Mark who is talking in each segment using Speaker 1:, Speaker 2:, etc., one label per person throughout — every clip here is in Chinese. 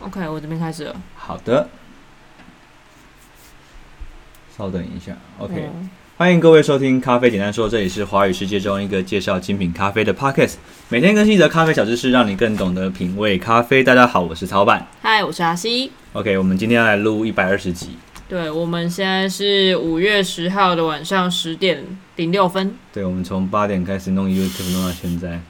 Speaker 1: OK，我这边开始了。
Speaker 2: 好的，稍等一下，OK，、
Speaker 1: 嗯
Speaker 2: 欢迎各位收听《咖啡简单说》，这里是华语世界中一个介绍精品咖啡的 Podcast，每天更新一则咖啡小知识，让你更懂得品味咖啡。大家好，我是曹板。
Speaker 1: 嗨、我是阿西。
Speaker 2: OK，我们今天要来录一百二十集，
Speaker 1: 对，我们现在是五月十号的晚上十点零六分。
Speaker 2: 对，我们从八点开始弄 YouTube 弄到现在，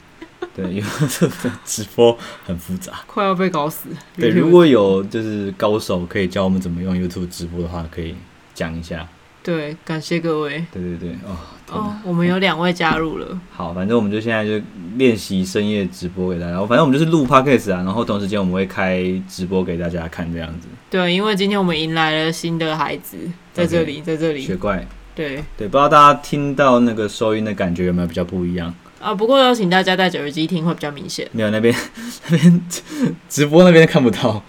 Speaker 2: 对，因为 这个直播很复杂。
Speaker 1: 啊快要被搞死。
Speaker 2: 对，
Speaker 1: YouTube
Speaker 2: 如果有就是高手可以教我们怎么用 YouTube 直播的话，可以讲一下。
Speaker 1: 对，感谢各位。
Speaker 2: 对对对，哦，天哪
Speaker 1: 哦，我们有两位加入了。
Speaker 2: 好，反正我们就现在就练习深夜直播给大家。然后反正我们就是录 podcast 啊，然后同时间我们会开直播给大家看，这样子。
Speaker 1: 对，因为今天我们迎来了新的孩子，在这里，在这里
Speaker 2: 雪。怪，
Speaker 1: 对
Speaker 2: 对，不知道大家听到那个收音的感觉有没有比较不一样？
Speaker 1: 啊，不过要请大家戴着耳机听会比较明显。
Speaker 2: 没有，那边 那边直播那边看不到，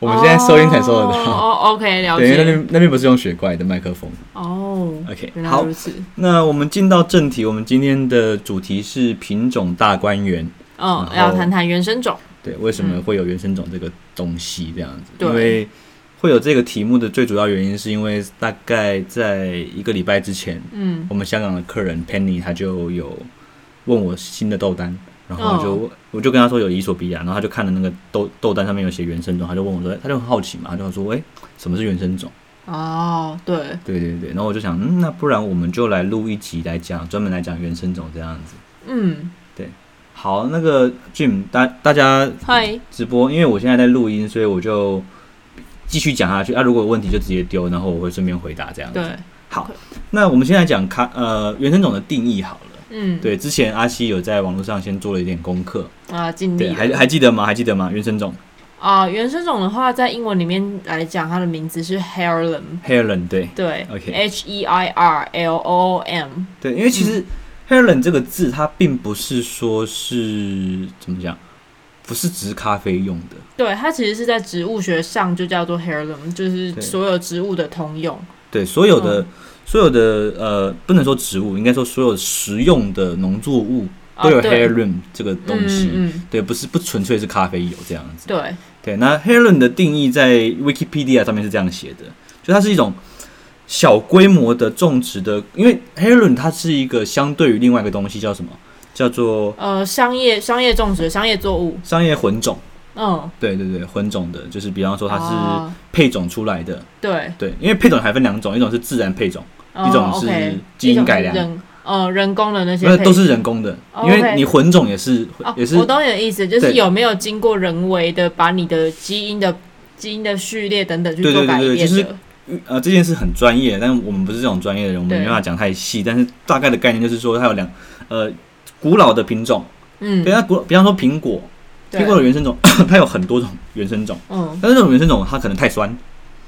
Speaker 2: 我们现在收音才收得到。
Speaker 1: 哦哦，OK，了
Speaker 2: 对，因为那
Speaker 1: 解。
Speaker 2: 边那边不是用雪怪的麦克风。
Speaker 1: 哦，
Speaker 2: OK，
Speaker 1: 原来
Speaker 2: 好
Speaker 1: 如，此。
Speaker 2: 那我们进到正题，我们今天的主题是品种大观园。
Speaker 1: 嗯，
Speaker 2: 然
Speaker 1: 要
Speaker 2: 后
Speaker 1: 谈谈原生种。
Speaker 2: 对，为什么
Speaker 1: 嗯
Speaker 2: 会有原生种这个东西这样子？
Speaker 1: 对
Speaker 2: 因为会有这个题目的最主要原因，是因为大概在一个礼拜之前，
Speaker 1: 嗯
Speaker 2: 我们香港的客人 Penny 他就有问我新的豆单，然后我就、
Speaker 1: 哦
Speaker 2: 我就跟他说有伊索比亚，然后他就看了那个豆豆单上面有写原生种，他就问我说，他就很好奇嘛，他就说，哎、什么是原生种？
Speaker 1: 哦，对，
Speaker 2: 对对对，然后我就想，嗯，那不然我们就来录一集来讲，专门来讲原生种这样子。
Speaker 1: 嗯，
Speaker 2: 好，那个 Jim，大大家
Speaker 1: 嗨。
Speaker 2: 直播，因为我现在在录音，所以我就继续讲下去。啊，如果有问题就直接丢，然后我会顺便回答这样。，
Speaker 1: 对，
Speaker 2: 好，那我们现在讲咖呃原生种的定义好了。
Speaker 1: 嗯，
Speaker 2: 对，之前阿西有在网络上先做了一点功课，
Speaker 1: 啊，尽力
Speaker 2: 对，
Speaker 1: 了
Speaker 2: 还还记得吗？还记得吗？原生种
Speaker 1: 啊、原生种的话，在英文里面来讲，它的名字是 Harlem，
Speaker 2: Heron，对
Speaker 1: 对
Speaker 2: OK
Speaker 1: ，H E I R L O M，
Speaker 2: 对，因为其实 Heron 这个字它并不是说是怎么讲，不是只是咖啡用的，
Speaker 1: 对，它其实是在植物学上就叫做 Harlem，就是
Speaker 2: 对
Speaker 1: 所有植物的通用。
Speaker 2: 对，所有的、
Speaker 1: 嗯
Speaker 2: 所有的呃不能说植物，应该说所有食用的农作物
Speaker 1: 啊，
Speaker 2: 都有
Speaker 1: 对
Speaker 2: Heirloom 这个东西。
Speaker 1: 嗯嗯嗯，
Speaker 2: 对，不是不纯粹是咖啡油这样子。
Speaker 1: 对，
Speaker 2: 对，那 Heron 的定义在 Wikipedia 上面是这样写的，就它是一种小规模的种植的，因为 Heron 它是一个相对于另外一个东西叫什么，叫做
Speaker 1: 呃，商业商业种植商业作物，
Speaker 2: 商业混种。
Speaker 1: 嗯，
Speaker 2: 对对对，混种的，就是比方哦说它是
Speaker 1: 啊
Speaker 2: 配种出来的，
Speaker 1: 对，
Speaker 2: 对，因为配种还分两种，一种是自然配种，
Speaker 1: 哦
Speaker 2: 一种是
Speaker 1: OK，
Speaker 2: 基因
Speaker 1: 一种
Speaker 2: 改
Speaker 1: 是
Speaker 2: 良
Speaker 1: 人呃人工的那些
Speaker 2: 那
Speaker 1: 配
Speaker 2: 都是人工的，
Speaker 1: 哦
Speaker 2: 因为
Speaker 1: OK
Speaker 2: 你混种也是
Speaker 1: 哦，
Speaker 2: 也是
Speaker 1: 我懂你的意思，就是
Speaker 2: 对
Speaker 1: 有没有经过人为的把你的基因的基因的序列等等去
Speaker 2: 对
Speaker 1: 做
Speaker 2: 对
Speaker 1: 改
Speaker 2: 对对
Speaker 1: 变
Speaker 2: 就是
Speaker 1: 的，
Speaker 2: 呃，这件事很专业，但我们不是这种专业的人，我们
Speaker 1: 对
Speaker 2: 没办法讲太细。但是大概的概念就是说，它有两呃古老的品种，
Speaker 1: 嗯，
Speaker 2: 对，它古比方说苹果，苹果的原生种 它有很多种原生种，
Speaker 1: 嗯
Speaker 2: 但是这种原生种它可能太酸，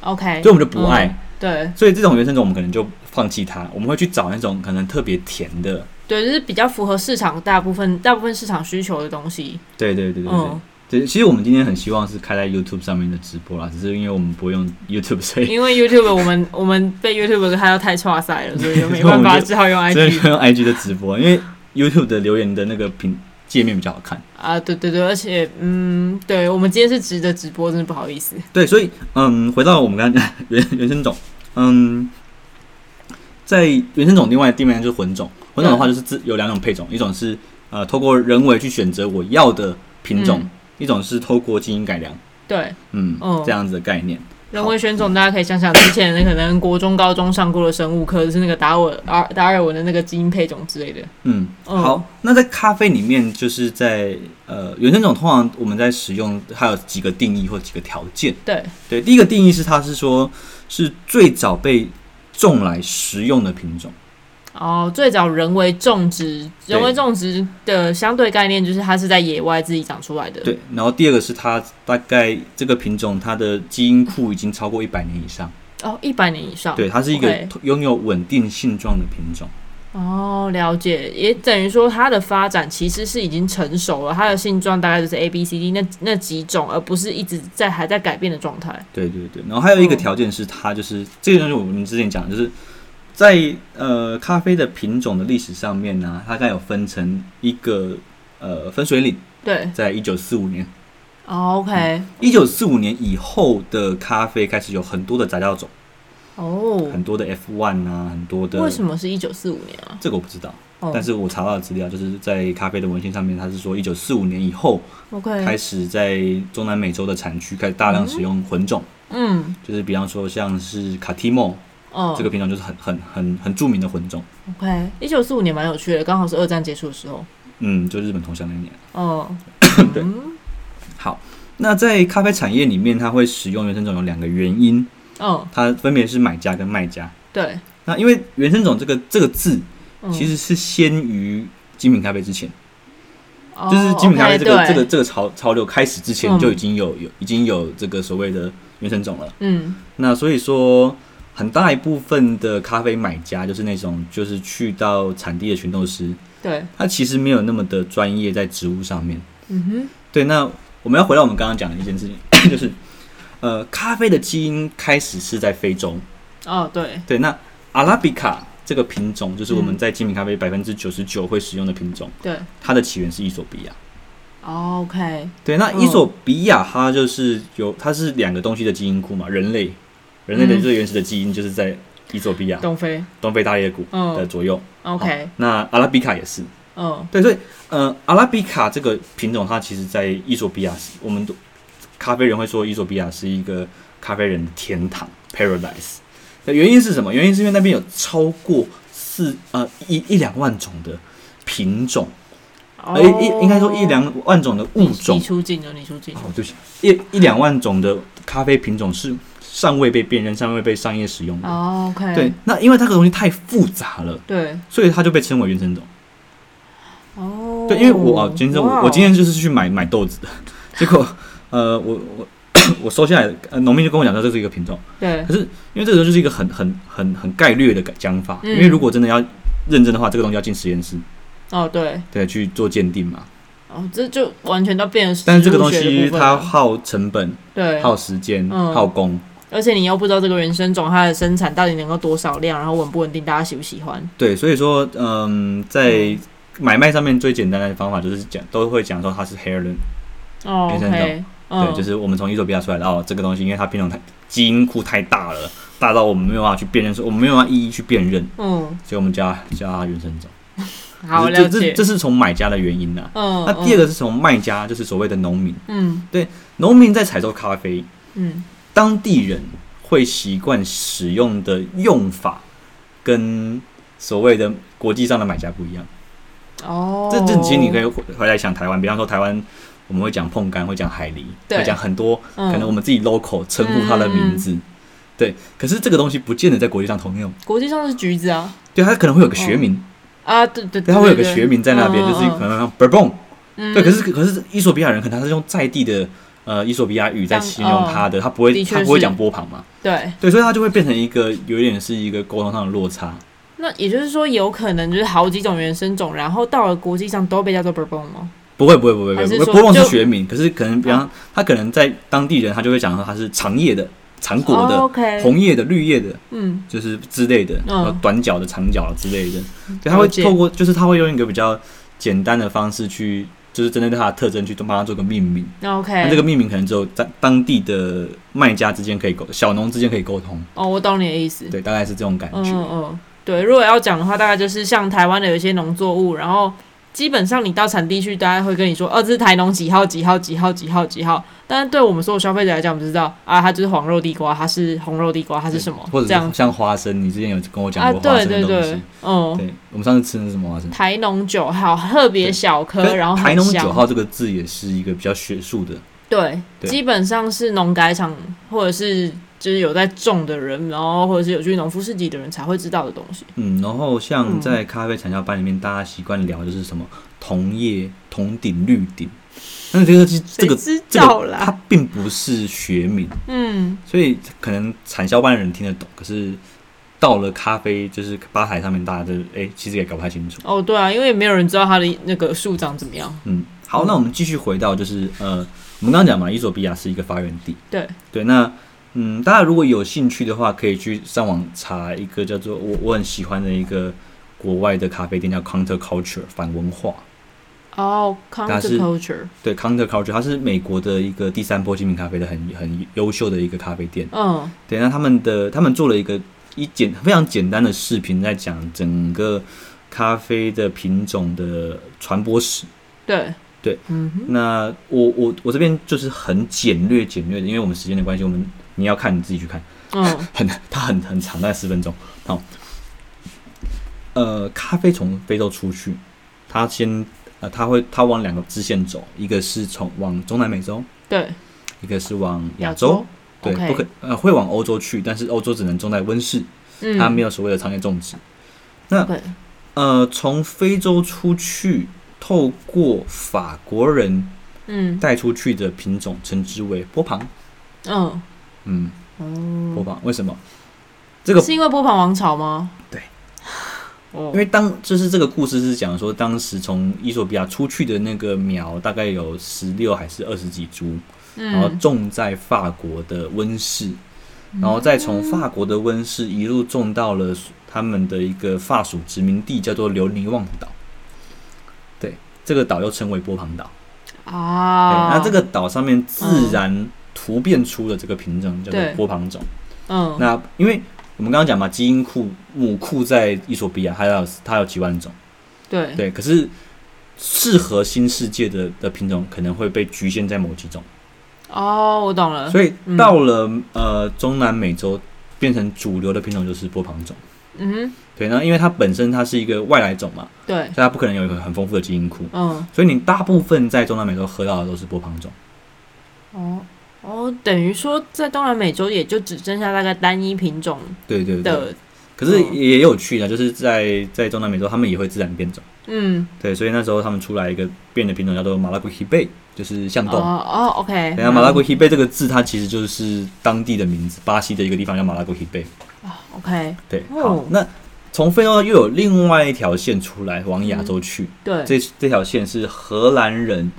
Speaker 1: ，OK，
Speaker 2: 所以我们就不爱。
Speaker 1: 嗯对
Speaker 2: 所以这种原生种我们可能就放弃它，我们会去找那种可能特别甜的。
Speaker 1: 对，就是比较符合市场大部分大部分市场需求的东西，
Speaker 2: 对对对对对。
Speaker 1: 嗯，
Speaker 2: 对，其实我们今天很希望是开在 YouTube 上面的直播啦，只是因为我们 不会用 YouTube，所以
Speaker 1: 因为 YouTube 我们我们被 YouTube 看到太差赛了，所以就没办
Speaker 2: 所以我
Speaker 1: 法，
Speaker 2: 们就
Speaker 1: 只好用
Speaker 2: 所以
Speaker 1: IG
Speaker 2: 就用 IG 的直播，因为 YouTube 的留言的那个屏界面比较好看。
Speaker 1: 啊，对对对，而且嗯，对我们今天是直的直播，真的不好意思，
Speaker 2: 对，所以嗯，回到我们刚才原原生种，嗯，在原生种另外的地面就是混种，
Speaker 1: 嗯
Speaker 2: 混种的话就是自有两种配种，一种是呃透过人为去选择我要的品种，
Speaker 1: 嗯
Speaker 2: 一种是透过基因改良，
Speaker 1: 对。
Speaker 2: 嗯，
Speaker 1: 哦
Speaker 2: 这样子的概念。
Speaker 1: 人为选种，大家可以想想之前那可能国中、高中上过的生物课，就是那个达尔达达尔文的那个基因配种之类的。
Speaker 2: 嗯，
Speaker 1: 嗯
Speaker 2: 好，那在咖啡里面，就是在呃原生种，通常我们在使用它有几个定义或几个条件。
Speaker 1: 对，
Speaker 2: 对，第一个定义是它是说是最早被种来食用的品种。
Speaker 1: 哦，最早人为种植，
Speaker 2: 对
Speaker 1: 人为种植的相对概念就是它是在野外自己长出来的。，
Speaker 2: 对，然后第二个是它大概这个品种，它的基因库已经超过一百年以上。
Speaker 1: 哦，一百年以上。
Speaker 2: 对，它是一个
Speaker 1: OK
Speaker 2: 拥有稳定性状的品种。
Speaker 1: 哦，了解，也等于说它的发展其实是已经成熟了，它的性状大概就是 A、B、C、D 那那几种，而不是一直在还在改变的状态。
Speaker 2: 对对对，然后还有一
Speaker 1: 嗯
Speaker 2: 个条件是它就是、这个东西，我们之前讲的就是在呃咖啡的品种的历史上面呢、它大概有分成一个呃分水岭，
Speaker 1: 对，
Speaker 2: 在一九四五年
Speaker 1: 哦，OK，
Speaker 2: 一九四五年以后的咖啡开始有很多的杂交种，
Speaker 1: 哦，
Speaker 2: 很多的 F one 啊，很多的
Speaker 1: 为什么是一九四五年啊？
Speaker 2: 这个我不知道，
Speaker 1: 哦
Speaker 2: 但是我查到的资料就是在咖啡的文献上面，它是说一九四五年以后开
Speaker 1: ，OK，
Speaker 2: 始在中南美洲的产区开始大量使用混种，
Speaker 1: 嗯，
Speaker 2: 就是比方说像是卡提莫
Speaker 1: 哦
Speaker 2: 这个品种就是很很很很著名的混种，
Speaker 1: ，OK，一九四五年蛮有趣的，刚好是二战结束的时候，
Speaker 2: 嗯，就日本投降那一年。
Speaker 1: 哦，
Speaker 2: 对
Speaker 1: 嗯，
Speaker 2: 好，那在咖啡产业里面，它会使用原生种有两个原因，
Speaker 1: 哦，
Speaker 2: 它分别是买家跟卖家。
Speaker 1: 对，
Speaker 2: 那因为原生种这个这个字
Speaker 1: 嗯
Speaker 2: 其实是先于精品咖啡之前，就是精品咖啡这
Speaker 1: 哦
Speaker 2: 个、
Speaker 1: ，OK，
Speaker 2: 这个
Speaker 1: 对
Speaker 2: 这个潮潮流开始之前
Speaker 1: 嗯
Speaker 2: 就已经有有已经有这个所谓的原生种了。
Speaker 1: 嗯，
Speaker 2: 那所以说，很大一部分的咖啡买家就是那种就是去到产地的群众师，
Speaker 1: 对，
Speaker 2: 他其实没有那么的专业在植物上面。
Speaker 1: 嗯哼，
Speaker 2: 对，那我们要回到我们刚刚讲的一件事情， 就是呃，咖啡的基因开始是在非洲。
Speaker 1: 哦，对，
Speaker 2: 对，那阿拉比卡这个品种，就是我们
Speaker 1: 嗯
Speaker 2: 在精品咖啡百分之九十九会使用的品种，
Speaker 1: 对
Speaker 2: 它的起源是伊索比亚。
Speaker 1: 嗯哦，OK，
Speaker 2: 对，那
Speaker 1: 嗯
Speaker 2: 伊索比亚它就是有，它是两个东西的基因库嘛，人类，人类的
Speaker 1: 嗯
Speaker 2: 最原始的基因就是在伊索比亚、
Speaker 1: 东非，
Speaker 2: 东非大裂谷的
Speaker 1: 嗯
Speaker 2: 左右。
Speaker 1: ，OK，
Speaker 2: 那阿拉比卡也是，
Speaker 1: 嗯，
Speaker 2: 对，所以呃，阿拉比卡这个品种，它其实在伊索比亚是，我们都咖啡人会说伊索比亚是一个咖啡人的天堂 （paradise）。那原因是什么？原因是因为那边有超过四呃一一两万种的品种，
Speaker 1: 哦
Speaker 2: 呃一一应该说一两万种的物
Speaker 1: 你
Speaker 2: 种。
Speaker 1: 出镜了，你出镜
Speaker 2: 哦，对不起，一一两万种的咖啡品种是尚未被辨认、尚未被商业使用的。
Speaker 1: 哦，OK，
Speaker 2: 对，那因为它这个东西太复杂了，
Speaker 1: 对，
Speaker 2: 所以它就被称为原生种。
Speaker 1: 哦，
Speaker 2: 对，因为我哦，今天我我今天就是去买买豆子的， 结果呃，我我 我收下来，呃，农民就跟我讲说这是一个品种，
Speaker 1: 对
Speaker 2: 可是因为这个就是一个很很很很概略的讲法，
Speaker 1: 嗯
Speaker 2: 因为如果真的要认真的话，这个东西要进实验室，
Speaker 1: 哦对
Speaker 2: 对，去做鉴定嘛。
Speaker 1: 哦，这就完全到变成
Speaker 2: 但是这个东
Speaker 1: 植物
Speaker 2: 西
Speaker 1: 学的部分
Speaker 2: 它
Speaker 1: 了
Speaker 2: 耗成本、
Speaker 1: 对，
Speaker 2: 耗时间、
Speaker 1: 嗯
Speaker 2: 耗工，
Speaker 1: 而且你又不知道这个原生种它的生产到底能够多少量，然后稳不稳定，大家喜不喜欢？
Speaker 2: 对，所以说，嗯，在
Speaker 1: 嗯
Speaker 2: 买卖上面最简单的方法就是讲，都会讲说它是 Heirloom，
Speaker 1: 哦
Speaker 2: 原生
Speaker 1: ，OK，嗯，
Speaker 2: 对，就是我们从伊索比亚出来的哦，这个东西因为它品种太基因库太大了，大到我们没有办法去辨认，说我们没有办法一一去辨认，
Speaker 1: 嗯，
Speaker 2: 所以我们叫它叫它原生种。
Speaker 1: 好
Speaker 2: 这
Speaker 1: 了
Speaker 2: 这
Speaker 1: 解
Speaker 2: 这，是从买家的原因呐、
Speaker 1: 嗯，
Speaker 2: 那第二个是从卖家，就是所谓的农民。
Speaker 1: 嗯，
Speaker 2: 农民在采收咖啡，
Speaker 1: 嗯
Speaker 2: 当地人会习惯使用的用法，跟所谓的国际上的买家不一样。
Speaker 1: 嗯，哦，
Speaker 2: 这这其实你可以回回来想台湾，比方说台湾我们会讲碰干，会讲海狸，
Speaker 1: 对
Speaker 2: 会讲很多
Speaker 1: 可
Speaker 2: 可能我们自己 local 称呼它的名字。
Speaker 1: 嗯
Speaker 2: 对，可是这个东西不见得在国际上通用，
Speaker 1: 国际上是橘子啊
Speaker 2: 对，它可能会有个学名，
Speaker 1: 啊，对对
Speaker 2: 对，
Speaker 1: 对，
Speaker 2: 它会有个
Speaker 1: 对
Speaker 2: 学名在那边，就是可，能 Bourbon，
Speaker 1: 嗯嗯嗯
Speaker 2: 对，可是可是伊索比亚人可能他是用在地的呃伊索比亚语在形容它的，他不会
Speaker 1: 哦的确
Speaker 2: 他不会
Speaker 1: 是
Speaker 2: 讲波旁嘛，
Speaker 1: 对，
Speaker 2: 对，所以它就会变成一个有一点是一个沟通上的落差，
Speaker 1: 那也就是说，有可能就是好几种原生种，然后到了国际上都被叫做 bourbon 吗？
Speaker 2: 不会不会不会不
Speaker 1: 还是
Speaker 2: 会，
Speaker 1: 说
Speaker 2: 波浪是
Speaker 1: 就啊
Speaker 2: 学名，可是可能比方他可能在当地人他就会讲说它是长叶的、长果
Speaker 1: 哦
Speaker 2: 的、
Speaker 1: ，OK，
Speaker 2: 红叶的、绿叶的，
Speaker 1: 嗯，
Speaker 2: 就是之类的，
Speaker 1: 嗯
Speaker 2: 呃，短脚的、长脚的之类的，对，他
Speaker 1: 了
Speaker 2: 会
Speaker 1: 解
Speaker 2: 透过就是他会用一个比较简单的方式去，就是针对它的特征去帮它做个命名。
Speaker 1: 那 OK，
Speaker 2: 那这个命名可能只有在当地的卖家之间可以沟，小农之间可以沟通，
Speaker 1: 哦，我懂你的意思，
Speaker 2: 对，大概是这种感
Speaker 1: 嗯
Speaker 2: 觉。
Speaker 1: 嗯嗯，对，如果要讲的话，大概就是像台湾的有一些农作物，然后基本上你到产地去，大家会跟你说，哦，这是台农几号几号几号几号几号。但是对我们所有消费者来讲，我们知道啊，它就是黄肉地瓜，它是红肉地瓜，它是什么
Speaker 2: 或者
Speaker 1: 这样
Speaker 2: 是像花生，你之前有跟我讲
Speaker 1: 啊？
Speaker 2: 过花
Speaker 1: 对
Speaker 2: 生
Speaker 1: 对
Speaker 2: 的东西。
Speaker 1: 对，嗯，
Speaker 2: 对我们上次吃的是什么花生？
Speaker 1: 台农九号特别小颗，
Speaker 2: 但
Speaker 1: 然后
Speaker 2: 台
Speaker 1: 很
Speaker 2: 农
Speaker 1: 香
Speaker 2: 九号这个字也是一个比较学术的，
Speaker 1: 对，
Speaker 2: 对
Speaker 1: 基本上是农改场或者是就是有在种的人，然后或者是有去农夫市集的人才会知道的东西。
Speaker 2: 嗯，然后像
Speaker 1: 嗯
Speaker 2: 在咖啡产销班里面，大家习惯聊就是什么同叶、同顶、绿顶，那这个是这个
Speaker 1: 谁知
Speaker 2: 这
Speaker 1: 道
Speaker 2: 个
Speaker 1: 啦，
Speaker 2: 它并不是学名，
Speaker 1: 嗯，
Speaker 2: 所以可能产销班的人听得懂，可是到了咖啡就是吧台上面，大家就哎、其实也搞不太清楚。
Speaker 1: 哦，对啊，因为也没有人知道它的那个树长怎么样。
Speaker 2: 嗯，好，那我们继续回到就是呃，我们刚刚讲嘛，伊索比亚是一个发源地。
Speaker 1: 对
Speaker 2: 对，那嗯，大家如果有兴趣的话，可以去上网查一个叫做我我很喜欢的一个国外的咖啡店，叫 Counter Culture 反文化。
Speaker 1: 哦
Speaker 2: 它是
Speaker 1: ，counterculture，
Speaker 2: 对 Counter Culture，它是美国的一个第三波精品咖啡的很很优秀的一个咖啡店。
Speaker 1: 嗯
Speaker 2: 对，那他们的他们做了一个一简非常简单的视频，在讲整个咖啡的品种的传播史。
Speaker 1: 对
Speaker 2: 对，
Speaker 1: 嗯哼，
Speaker 2: 那我我我这边就是很简略简略的，因为我们时间的关系，我们你要看你自己去看，
Speaker 1: 嗯
Speaker 2: 很它很很长，大概十分钟。好，呃，咖啡从非洲出去，它先呃，它会它往两个支线走，一个是从往中南美洲，
Speaker 1: 对，
Speaker 2: 一个是往 亚
Speaker 1: 亚
Speaker 2: 洲
Speaker 1: 洲。
Speaker 2: 对
Speaker 1: OK
Speaker 2: 不可呃会往欧洲去，但是欧洲只能种在温室，
Speaker 1: 嗯，
Speaker 2: 它没有所谓的常年种植。
Speaker 1: 对，
Speaker 2: 呃，从非洲出去，透过法国人
Speaker 1: 嗯
Speaker 2: 带出去的品种称之为波旁。
Speaker 1: 嗯
Speaker 2: 嗯，波
Speaker 1: 哦，
Speaker 2: 旁为什么？这个
Speaker 1: 是因为波旁王朝吗？
Speaker 2: 对，
Speaker 1: 哦
Speaker 2: 因，为当就是这个故事是讲说，当时从伊索比亚出去的那个苗大概有十六还是二十几株，然后
Speaker 1: 嗯，
Speaker 2: 种在法国的温室，然后再从法国的温室一路种到了他们的一个法属殖民地，叫做留尼旺岛。对，这个岛又称为波旁岛。对，
Speaker 1: 啊，
Speaker 2: 那这个岛上面自然突变出了这个品种，叫
Speaker 1: 嗯
Speaker 2: 做
Speaker 1: 对
Speaker 2: 波旁种。
Speaker 1: 嗯，
Speaker 2: 那因为我们刚刚讲嘛，基因库母库在伊索比亚，它有它有几万种。
Speaker 1: 对
Speaker 2: 对，可是适合新世界的的品种可能会被局限在某几种。
Speaker 1: 哦，我懂了，
Speaker 2: 所以
Speaker 1: 嗯
Speaker 2: 到了、呃中南美洲，变成主流的品种就是波旁种。
Speaker 1: 嗯
Speaker 2: 对，然后因为它本身它是一个外来种嘛，
Speaker 1: 哼，对
Speaker 2: 所以，它不可能有一个很丰富的基因库，
Speaker 1: 嗯，
Speaker 2: 所以你大部分在中南美洲喝到的都是波旁种。
Speaker 1: 哦哦，等于说在东南美洲也就只剩下大概单一品种
Speaker 2: 对对对。
Speaker 1: 的，
Speaker 2: 可是
Speaker 1: 嗯
Speaker 2: 也有趣的，就是在在中南美洲，他们也会自然变种。
Speaker 1: 嗯，
Speaker 2: 对，所以那时候他们出来一个变的品种叫做马拉圭希贝，就是象
Speaker 1: 哦
Speaker 2: 洞。
Speaker 1: 哦，OK，
Speaker 2: 等一下，马拉圭希贝这个字，它其实就是当地的名字，巴西的一个地方叫马拉圭希贝。
Speaker 1: o k
Speaker 2: 对，
Speaker 1: 哦
Speaker 2: 好，那从非洲又有另外一条线出来往亚洲去，
Speaker 1: 对，
Speaker 2: 这这条线是荷兰人，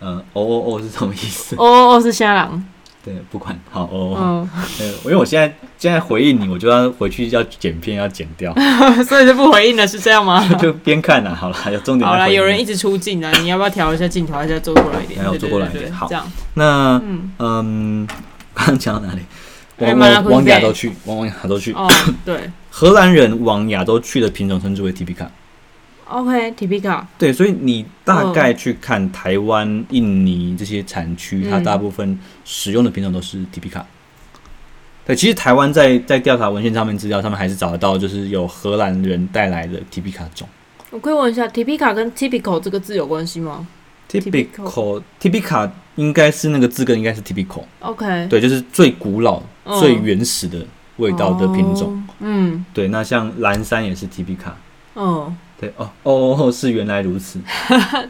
Speaker 2: 呃，哦哦哦是什么意思？
Speaker 1: 哦哦是虾郎，
Speaker 2: 对，不管，好哦哦，
Speaker 1: 嗯，
Speaker 2: 呃因为我现在现在回应你，我就要回去要剪片要剪掉，
Speaker 1: 嗯 所以就不回应了，是这样吗？
Speaker 2: 就边看啊，好了，有重点
Speaker 1: 好
Speaker 2: 来
Speaker 1: 啦，
Speaker 2: 回应。
Speaker 1: 有人一直出镜啊，你要不要调一下镜头，还是要坐过来一点？
Speaker 2: 哎我
Speaker 1: 对
Speaker 2: 坐过来一
Speaker 1: 对对
Speaker 2: 点
Speaker 1: 对
Speaker 2: 好
Speaker 1: 这 样，
Speaker 2: 那
Speaker 1: 嗯，
Speaker 2: 嗯， 刚刚讲到哪里？
Speaker 1: 哎
Speaker 2: 往
Speaker 1: 马拉
Speaker 2: 往
Speaker 1: 圭
Speaker 2: 往亚
Speaker 1: 贝
Speaker 2: 洲去，往往亚洲去。
Speaker 1: 哦，对
Speaker 2: 荷兰人往亚洲去的品种称之为 t i p i c a
Speaker 1: ，OK，T P 卡，
Speaker 2: 对，所以你大概去看台湾、印尼这些产区，
Speaker 1: 嗯
Speaker 2: 它大部分使用的品种都是 T P 卡。对，其实台湾在在调查文献上面资料，他们还是找得到，就是有荷兰人带来的 T P 卡种。
Speaker 1: 我可以问一下，T P 卡跟 typical 这个字有关系吗
Speaker 2: typical T P 卡应该是那个字根应该是 typical，
Speaker 1: ？OK，
Speaker 2: 对，就是最古老、
Speaker 1: 嗯
Speaker 2: 最原始的味道的品种。
Speaker 1: 哦，嗯
Speaker 2: 对，那像蓝山也是 T P 卡。
Speaker 1: 嗯，
Speaker 2: 对哦哦哦哦，是原来 如此。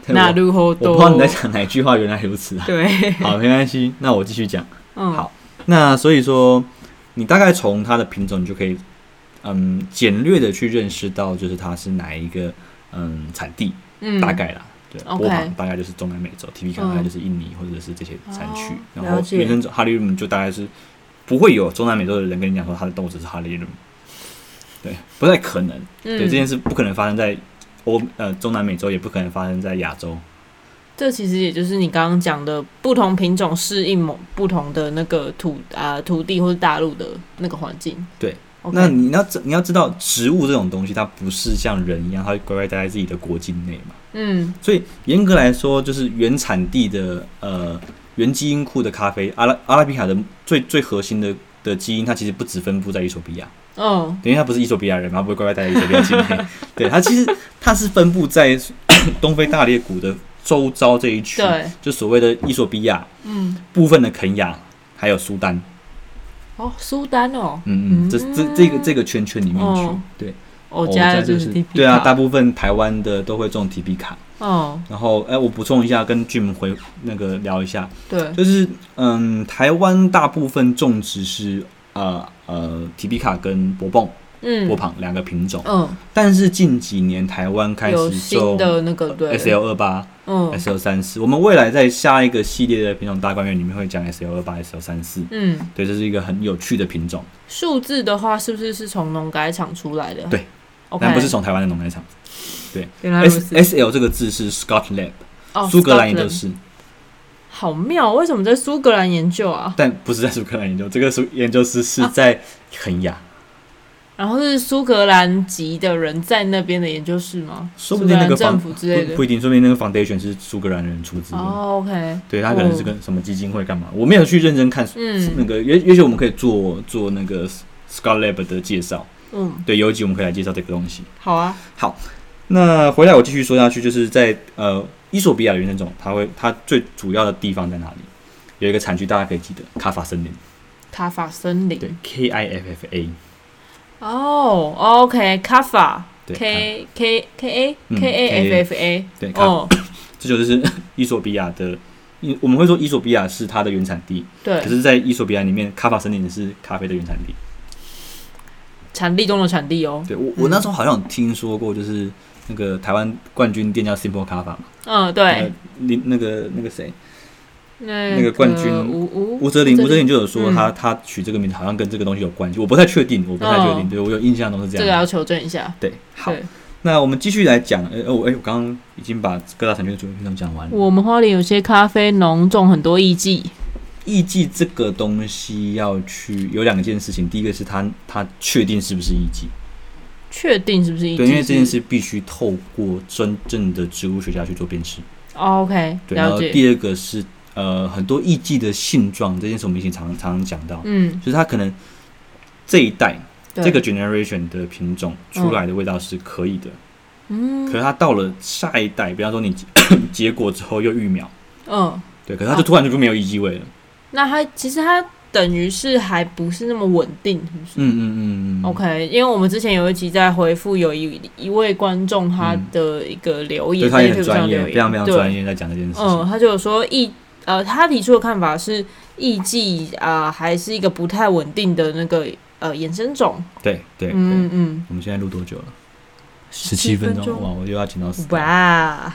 Speaker 2: 对
Speaker 1: 那
Speaker 2: 我
Speaker 1: 路好
Speaker 2: 我
Speaker 1: 多，
Speaker 2: 不知道你在讲哪句话，原来如 此啊。
Speaker 1: 对，
Speaker 2: 好，没关系，那我继续讲。
Speaker 1: 嗯，
Speaker 2: 好那所以说，你大概从它的品种，你就可以嗯简略的去认识到，就是它是哪一个嗯产地，
Speaker 1: 嗯，
Speaker 2: 大概啦。对，
Speaker 1: OK
Speaker 2: 波旁大概就是中南美洲，T P 卡
Speaker 1: 嗯
Speaker 2: 大概就是印尼或者是这些产区，
Speaker 1: 哦
Speaker 2: 然后
Speaker 1: 了解
Speaker 2: 原生种哈利姆就大概是不会有中南美洲的人跟你讲说它的豆子是哈利姆，对，不太可能。
Speaker 1: 嗯，
Speaker 2: 对，这件事不可能发生在欧呃中南美洲，也不可能发生在亚洲。
Speaker 1: 这其实也就是你刚刚讲的，不同品种适应某不同的那个土啊、土地或者大陆的那个环境。
Speaker 2: 对
Speaker 1: OK，
Speaker 2: 那你要知你要知道，植物这种东西，它不是像人一样，它会乖乖待在自己的国境内嘛。
Speaker 1: 嗯
Speaker 2: 所以严格来说，就是原产地的呃原基因库的咖啡，阿拉阿拉比卡的最最核心的的基因，它其实不只分布在伊索比亚，
Speaker 1: 嗯
Speaker 2: 因为它不是伊索比亚人嘛，它不会乖乖待在伊索比亚 境内。对，它其实它是分布在 东非大裂谷的周遭这一区，
Speaker 1: 对
Speaker 2: 就所谓的伊索比亚、
Speaker 1: 嗯
Speaker 2: 部分的肯亚还有苏丹。
Speaker 1: 哦，苏丹哦，
Speaker 2: 嗯嗯，这这这个这个圈圈里面去，
Speaker 1: 哦
Speaker 2: 对，
Speaker 1: 我家
Speaker 2: 哦
Speaker 1: 的
Speaker 2: 再就
Speaker 1: 就是 T P
Speaker 2: 对啊，大部分台湾的都会种 T B 卡。
Speaker 1: 哦
Speaker 2: 然后，哎、我补充一下，跟 Jim 回那个聊一下，
Speaker 1: 对
Speaker 2: 就是嗯，台湾大部分种植是呃呃 T B 卡跟博泵、
Speaker 1: 嗯
Speaker 2: 博旁两个品种，
Speaker 1: 嗯
Speaker 2: 但是近几年台湾开
Speaker 1: 有
Speaker 2: 始
Speaker 1: 新
Speaker 2: 种
Speaker 1: 的那个对
Speaker 2: S L 二八、
Speaker 1: 嗯
Speaker 2: S L 三四，我们未来在下一个系列的品种大观园里面会讲 S L 二八、S L 三四，
Speaker 1: 嗯，
Speaker 2: 对，这是一个很有趣的品种，
Speaker 1: 数字的话是不是是从农改场出来的？
Speaker 2: 对
Speaker 1: ，OK，
Speaker 2: 但不是从台湾的农改场。
Speaker 1: 原来如
Speaker 2: S
Speaker 1: 此
Speaker 2: S L 这个字是 Scott Lab，
Speaker 1: 哦，
Speaker 2: 苏格兰研
Speaker 1: Scotland
Speaker 2: 究室，
Speaker 1: 好妙，为什么在苏格兰研究啊？
Speaker 2: 但不是在苏格兰研究，这个苏研究室
Speaker 1: 哦
Speaker 2: 是在肯亚，
Speaker 1: 然后是苏格兰籍的人在那边的研究室吗？
Speaker 2: 说不定那个
Speaker 1: 苏格兰政
Speaker 2: 房
Speaker 1: 府之类
Speaker 2: 不
Speaker 1: 的
Speaker 2: 不。一定，说不定那个 foundation 是苏格兰人出资的。
Speaker 1: 哦，OK，
Speaker 2: 对他可能是跟什么基金会干嘛，我没有去认真看那
Speaker 1: 嗯
Speaker 2: 个，也也许我们可以做做那个 Scott Lab 的介绍，
Speaker 1: 嗯，
Speaker 2: 对，有一集我们可以来介绍这个东西。
Speaker 1: 好啊，
Speaker 2: 那回来我继续说下去，就是在呃伊索比亚的原生种，它会它最主要的地方在哪里？有一个产区大家可以记得，卡法森林，
Speaker 1: 卡法森
Speaker 2: 对
Speaker 1: 林。
Speaker 2: ，K I F F A，
Speaker 1: 哦，OK，卡法
Speaker 2: 对它
Speaker 1: ，K K K A
Speaker 2: 嗯
Speaker 1: K A F F A。
Speaker 2: 对，卡
Speaker 1: 哦，
Speaker 2: 这就是 伊索比亚的，伊我们会说伊索比亚是它的原产地，可
Speaker 1: 对，
Speaker 2: 是，在伊索比亚里面，卡法森林是咖啡的原产地。
Speaker 1: 产地中的产地哦。
Speaker 2: 对我，我那时候好像有听说过，就是那个台湾冠军店叫 Simple 咖啡嘛，
Speaker 1: 嗯，
Speaker 2: 呃
Speaker 1: 对，，
Speaker 2: 林那个那个谁，
Speaker 1: 那
Speaker 2: 呃那个冠军
Speaker 1: 吴吴
Speaker 2: 吴哲林，
Speaker 1: 吴哲林
Speaker 2: 吴哲林就有说
Speaker 1: 嗯
Speaker 2: 他他取这个名字好像跟这个东西有关系，我不太确定，我不太确定，
Speaker 1: 哦
Speaker 2: 对我有印象都是这
Speaker 1: 这个
Speaker 2: 样。
Speaker 1: 要求证一下。
Speaker 2: 对，好，
Speaker 1: 对，
Speaker 2: 那我们继续来讲，呃，哦，哎，我刚刚已经把各大产区的主要品种讲完了。
Speaker 1: 我们花莲有些咖啡农种很多艺妓。
Speaker 2: 艺妓这个东西要去有两件事情，第一个是他他确定是不是艺妓，
Speaker 1: 确定是不是一？
Speaker 2: 对，因为这件事必须透过真正的植物学家去做辨识。
Speaker 1: 哦，OK，
Speaker 2: 对，然
Speaker 1: 了
Speaker 2: 后
Speaker 1: 解。
Speaker 2: 第二个是呃，很多艺妓的性状这件事，我们以前常常常讲到，
Speaker 1: 嗯，
Speaker 2: 就是它可能这一代
Speaker 1: 对
Speaker 2: 这个 generation 的品种出来的味道是可以的，
Speaker 1: 嗯
Speaker 2: 可是它到了下一代，比方说你 结果之后又育苗，
Speaker 1: 嗯，
Speaker 2: 对，可是它就突然就没有艺妓味了。
Speaker 1: 那它其实它等于是还不是那么稳定，是不是、
Speaker 2: 嗯嗯嗯嗯
Speaker 1: o k 因为我们之前有一集在回复有一一位观众他的一个留言，
Speaker 2: 对，
Speaker 1: 在
Speaker 2: 它也
Speaker 1: YouTube
Speaker 2: 很
Speaker 1: 上
Speaker 2: 专业，
Speaker 1: 留言，
Speaker 2: 非常非常
Speaker 1: 对
Speaker 2: 专业在讲这件事情。
Speaker 1: 嗯，他就有说艺呃，他提出的看法是艺妓啊、还是一个不太稳定的那个呃衍生种，
Speaker 2: 对对对，
Speaker 1: 嗯嗯，
Speaker 2: 我们现在录多久了？十七分钟，哇，我又要剪到死。
Speaker 1: 哇，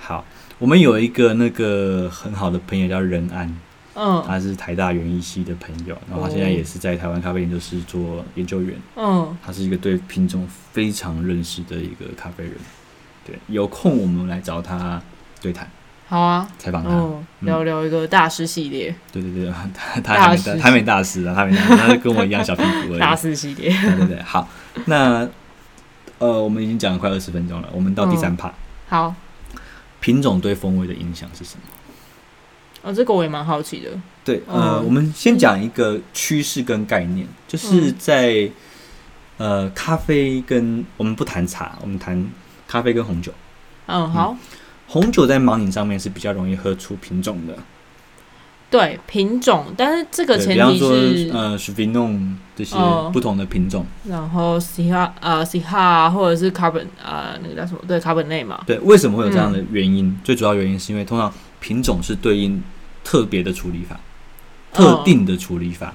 Speaker 2: 好，我们有一个那个很好的朋友叫任安，
Speaker 1: 嗯
Speaker 2: 他是台大园艺系的朋友，然后他现在也是在台湾咖啡研究室做研究员。
Speaker 1: 嗯，
Speaker 2: 他是一个对品种非常认识的一个咖啡人。对，有空我们来找他对谈
Speaker 1: 好啊，
Speaker 2: 采访他。
Speaker 1: 哦，聊聊一个大师系列，
Speaker 2: 对对 对，他他还没
Speaker 1: 大
Speaker 2: 大
Speaker 1: 师
Speaker 2: 他没大师啊，他没大师，他跟我一样小屁股 而
Speaker 1: 大
Speaker 2: 已。
Speaker 1: 师系列，
Speaker 2: 对对对，好，那呃，我们已经讲了快二十分钟了，我们到
Speaker 1: 嗯
Speaker 2: 第三趴、
Speaker 1: 好。
Speaker 2: 品种对风味的影响是什么？
Speaker 1: 哦，这个我也蛮好奇的。
Speaker 2: 对，呃，
Speaker 1: 嗯
Speaker 2: 我们先讲一个趋势跟概念，就是在、呃咖啡跟我们不谈茶，我们谈咖啡跟红酒。
Speaker 1: 嗯，好，
Speaker 2: 红酒在盲饮上面是比较容易喝出品种的，
Speaker 1: 对品种，但是这个
Speaker 2: 对，
Speaker 1: 前
Speaker 2: 比方
Speaker 1: 提
Speaker 2: 说
Speaker 1: 是，
Speaker 2: 呃 s h i n o n 这些
Speaker 1: 哦
Speaker 2: 不同的品种。
Speaker 1: 然后西哈呃西哈或者是 carbon 呃那个叫什么？对，carbon 内嘛。
Speaker 2: 对，为什么会有这样的原因？最主要原因是因为通常品种是对应特别的处理法，特定的处理法。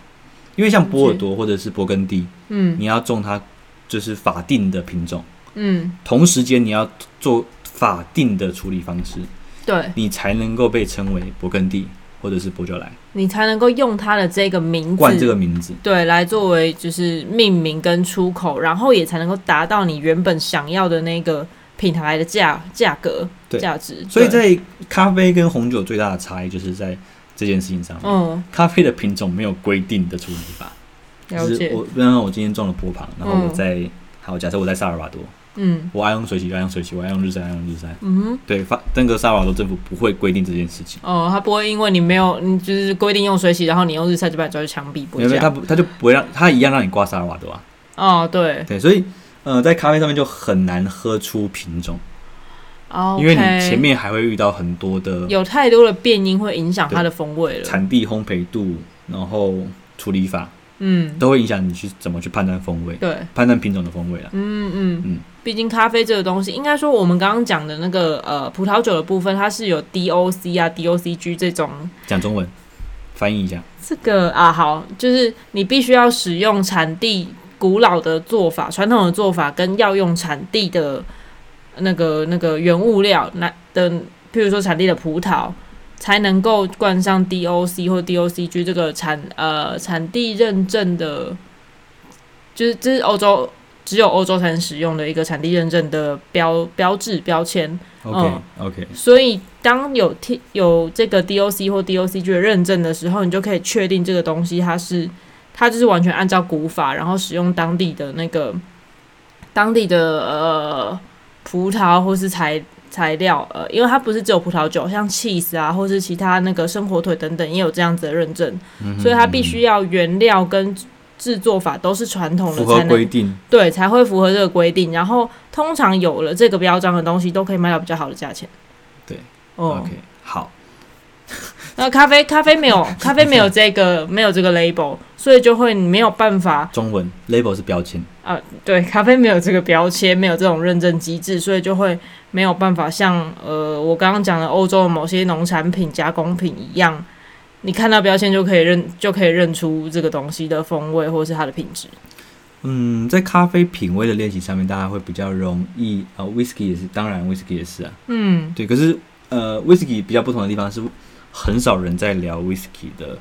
Speaker 2: 因为像波尔多或者是勃艮第，
Speaker 1: 嗯
Speaker 2: 你要种它就是法定的品种，
Speaker 1: 嗯，
Speaker 2: 同时间你要做法定的处理方式，
Speaker 1: 对
Speaker 2: 你才能够被称为勃艮第或者是伯爵莱，
Speaker 1: 你才能够用它的这个名字，
Speaker 2: 冠这个名字。
Speaker 1: 对来作为就是命名跟出口，然后也才能够达到你原本想要的那个品牌的价价格
Speaker 2: 对
Speaker 1: 价值。
Speaker 2: 所以
Speaker 1: 对
Speaker 2: 在咖啡跟红酒最大的差异就是在这件事情上面。
Speaker 1: 嗯
Speaker 2: 咖啡的品种没有规定的处理法，
Speaker 1: 了
Speaker 2: 就是
Speaker 1: 解
Speaker 2: 我，比方说我今天种了波旁，然后
Speaker 1: 嗯
Speaker 2: 我在、好，假设我在萨尔瓦多，
Speaker 1: 嗯
Speaker 2: 我爱用水洗就爱用水洗，我爱用日晒爱用日晒。
Speaker 1: 嗯哼。
Speaker 2: 对，法那个萨尔瓦多政府不会规定这件事情，
Speaker 1: 哦，他不会因为你没有，你就是规定用水洗，然后你用日晒就把你抓去枪毙，不会
Speaker 2: 没
Speaker 1: 这
Speaker 2: 有，没有他
Speaker 1: 样。
Speaker 2: 不他就不会让他一样让你挂萨尔瓦多啊。
Speaker 1: 哦，对
Speaker 2: 对，所以呃，在咖啡上面就很难喝出品种，
Speaker 1: 哦，
Speaker 2: 因为你前面还会遇到很多的
Speaker 1: 有太多的变音会影响它的风味了。
Speaker 2: 产地、烘焙度，然后处理法
Speaker 1: 嗯，
Speaker 2: 都会影响你去怎么去判断风味，
Speaker 1: 对，
Speaker 2: 判断品种的风味啊。
Speaker 1: 嗯嗯
Speaker 2: 嗯
Speaker 1: 嗯。毕竟咖啡这个东西，应该说我们刚刚讲的那个呃葡萄酒的部分，它是有 DOC 啊、DOCG 这种
Speaker 2: 讲中文，翻译一下。
Speaker 1: 这个啊，好，就是你必须要使用产地古老的做法、传统的做法，跟要用产地的那个那个原物料，那的，譬如说产地的葡萄，才能够冠上 DOC 或 DOCG 这个产呃产地认证的，就是这是欧洲只有欧洲才能使用的一个产地认证的标标志标签。哦
Speaker 2: OK OK，
Speaker 1: 所以当有 T 有这个 DOC 或 DOCG 的认证的时候，你就可以确定这个东西它是它就是完全按照古法，然后使用当地的那个当地的呃葡萄或是材材料，呃，因为它不是只有葡萄酒，像 cheese 啊，或是其他那个生火腿等等也有这样子的认证，
Speaker 2: 嗯哼
Speaker 1: 所以它必
Speaker 2: 嗯
Speaker 1: 须要原料跟制作法都是传统
Speaker 2: 哼
Speaker 1: 的
Speaker 2: 符
Speaker 1: 才
Speaker 2: 合
Speaker 1: 能
Speaker 2: 规定。
Speaker 1: 对，才会符合这个规定。然后通常有了这个标章的东西，都可以卖到比较好的价钱。
Speaker 2: 对，
Speaker 1: 哦、
Speaker 2: OK，好，
Speaker 1: 那咖啡咖啡没 有咖啡没有这个没有这个 label，所以就会你没有办法
Speaker 2: 中文 label 是标签。
Speaker 1: 对咖啡没有这个标签，没有这种认证机制，所以就会没有办法像呃我刚刚讲的欧洲的某些农产品加工品一样。你看到标签就可以认，就可以认出这个东西的风味或是它的品质。
Speaker 2: 嗯，在咖啡品味的练习上面，大家会比较容易呃，whisky 也是，当然 whisky 也是啊，
Speaker 1: 嗯，
Speaker 2: 对。可是呃，whisky 比较不同的地方是，很少人在聊 whisky 的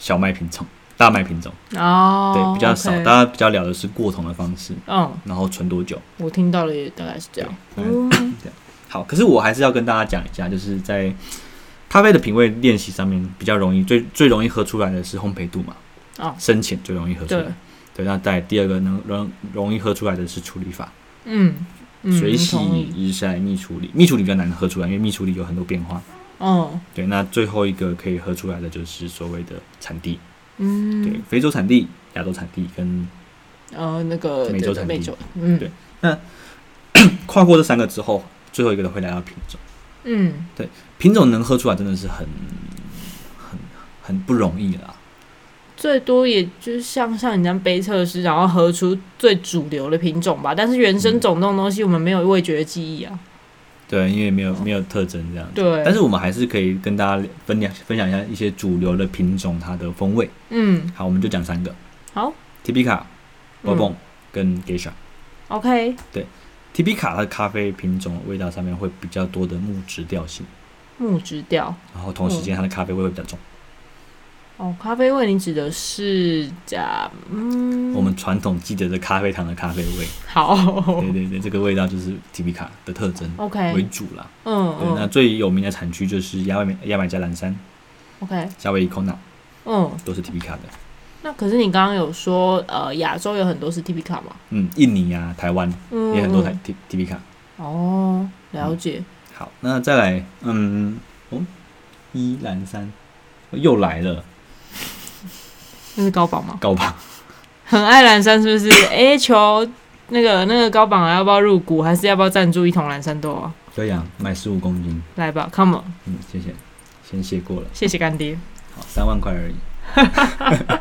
Speaker 2: 小麦品种、大麦品种，
Speaker 1: 哦，
Speaker 2: 对，比较少，
Speaker 1: OK
Speaker 2: 大家比较聊的是过桶的方式，
Speaker 1: 嗯，
Speaker 2: 然后存多久。
Speaker 1: 我听到了，也大概是这样。
Speaker 2: 对
Speaker 1: 嗯
Speaker 2: 好，可是我还是要跟大家讲一下，就是在咖啡的品味练习上面，比较容易最最容易喝出来的是烘焙度嘛，
Speaker 1: 哦
Speaker 2: 深浅最容易喝出来。
Speaker 1: 对
Speaker 2: 对，那在第二个能容容易喝出来的是处理法，
Speaker 1: 嗯，嗯
Speaker 2: 水洗
Speaker 1: 同意、
Speaker 2: 日晒、蜜处理。蜜处理比较难喝出来，因为蜜处理有很多变化。
Speaker 1: 哦，
Speaker 2: 对，那最后一个可以喝出来的就是所谓的产地，对
Speaker 1: 嗯，，
Speaker 2: 非洲产地、亚洲产地跟
Speaker 1: 呃，那个
Speaker 2: 美
Speaker 1: 对
Speaker 2: 洲
Speaker 1: 对
Speaker 2: 产
Speaker 1: 美
Speaker 2: 地
Speaker 1: 洲，嗯，
Speaker 2: 对跨过这三个之后，最后一个会来到品种。
Speaker 1: 嗯，
Speaker 2: 品种能喝出来真的是很很很不容易啦。
Speaker 1: 最多也就是像像你这样杯测试，然后喝出最主流的品种吧。但是原生种那种东西，我们没有味觉的记忆啊。
Speaker 2: 对，因为没有没有特征这样子。
Speaker 1: 对，
Speaker 2: 嗯但是我们还是可以跟大家分享分享一下一些主流的品种它的风味。
Speaker 1: 嗯
Speaker 2: 好，我们就讲三个。
Speaker 1: 好
Speaker 2: ，T B 卡、b o
Speaker 1: 嗯
Speaker 2: b o n 跟 Geisha。
Speaker 1: ，OK，
Speaker 2: T B 卡它的咖啡品种味道上面会比较多的木质调性，
Speaker 1: 木质调
Speaker 2: 然后
Speaker 1: 嗯
Speaker 2: 同时间它的咖啡味会比较重。
Speaker 1: 哦，咖啡味你指的是假嗯，
Speaker 2: 我们嗯传统记得的咖啡糖的咖啡味，
Speaker 1: 好
Speaker 2: 对对对，这个味道就是 T B 卡的特征为
Speaker 1: ，OK，
Speaker 2: 主啦。
Speaker 1: 嗯
Speaker 2: 对，那
Speaker 1: 嗯
Speaker 2: 最有名的产区就是牙买牙买加蓝山、
Speaker 1: ，OK，
Speaker 2: 夏威夷 Kona
Speaker 1: 嗯，
Speaker 2: 都是 T B 卡的。
Speaker 1: 那可是你刚刚有说呃，亚洲有很多是 T P 卡嘛，
Speaker 2: 嗯，印尼啊、台湾
Speaker 1: 嗯，
Speaker 2: 也很多
Speaker 1: 嗯
Speaker 2: 台 T T B 卡。
Speaker 1: 哦，了解。
Speaker 2: 好，那再来，嗯，哦，一蓝山哦又来了，
Speaker 1: 那是高榜吗？
Speaker 2: 高吧。
Speaker 1: 很爱蓝山是不是？哎、求那个那个高榜啊要不要入股，还是要不要赞助一桶蓝山豆啊？
Speaker 2: 可以啊，买十五公斤，
Speaker 1: 来吧，Come on，
Speaker 2: 嗯，谢谢，先谢过了，
Speaker 1: 谢谢干爹。
Speaker 2: 好，三万块而已。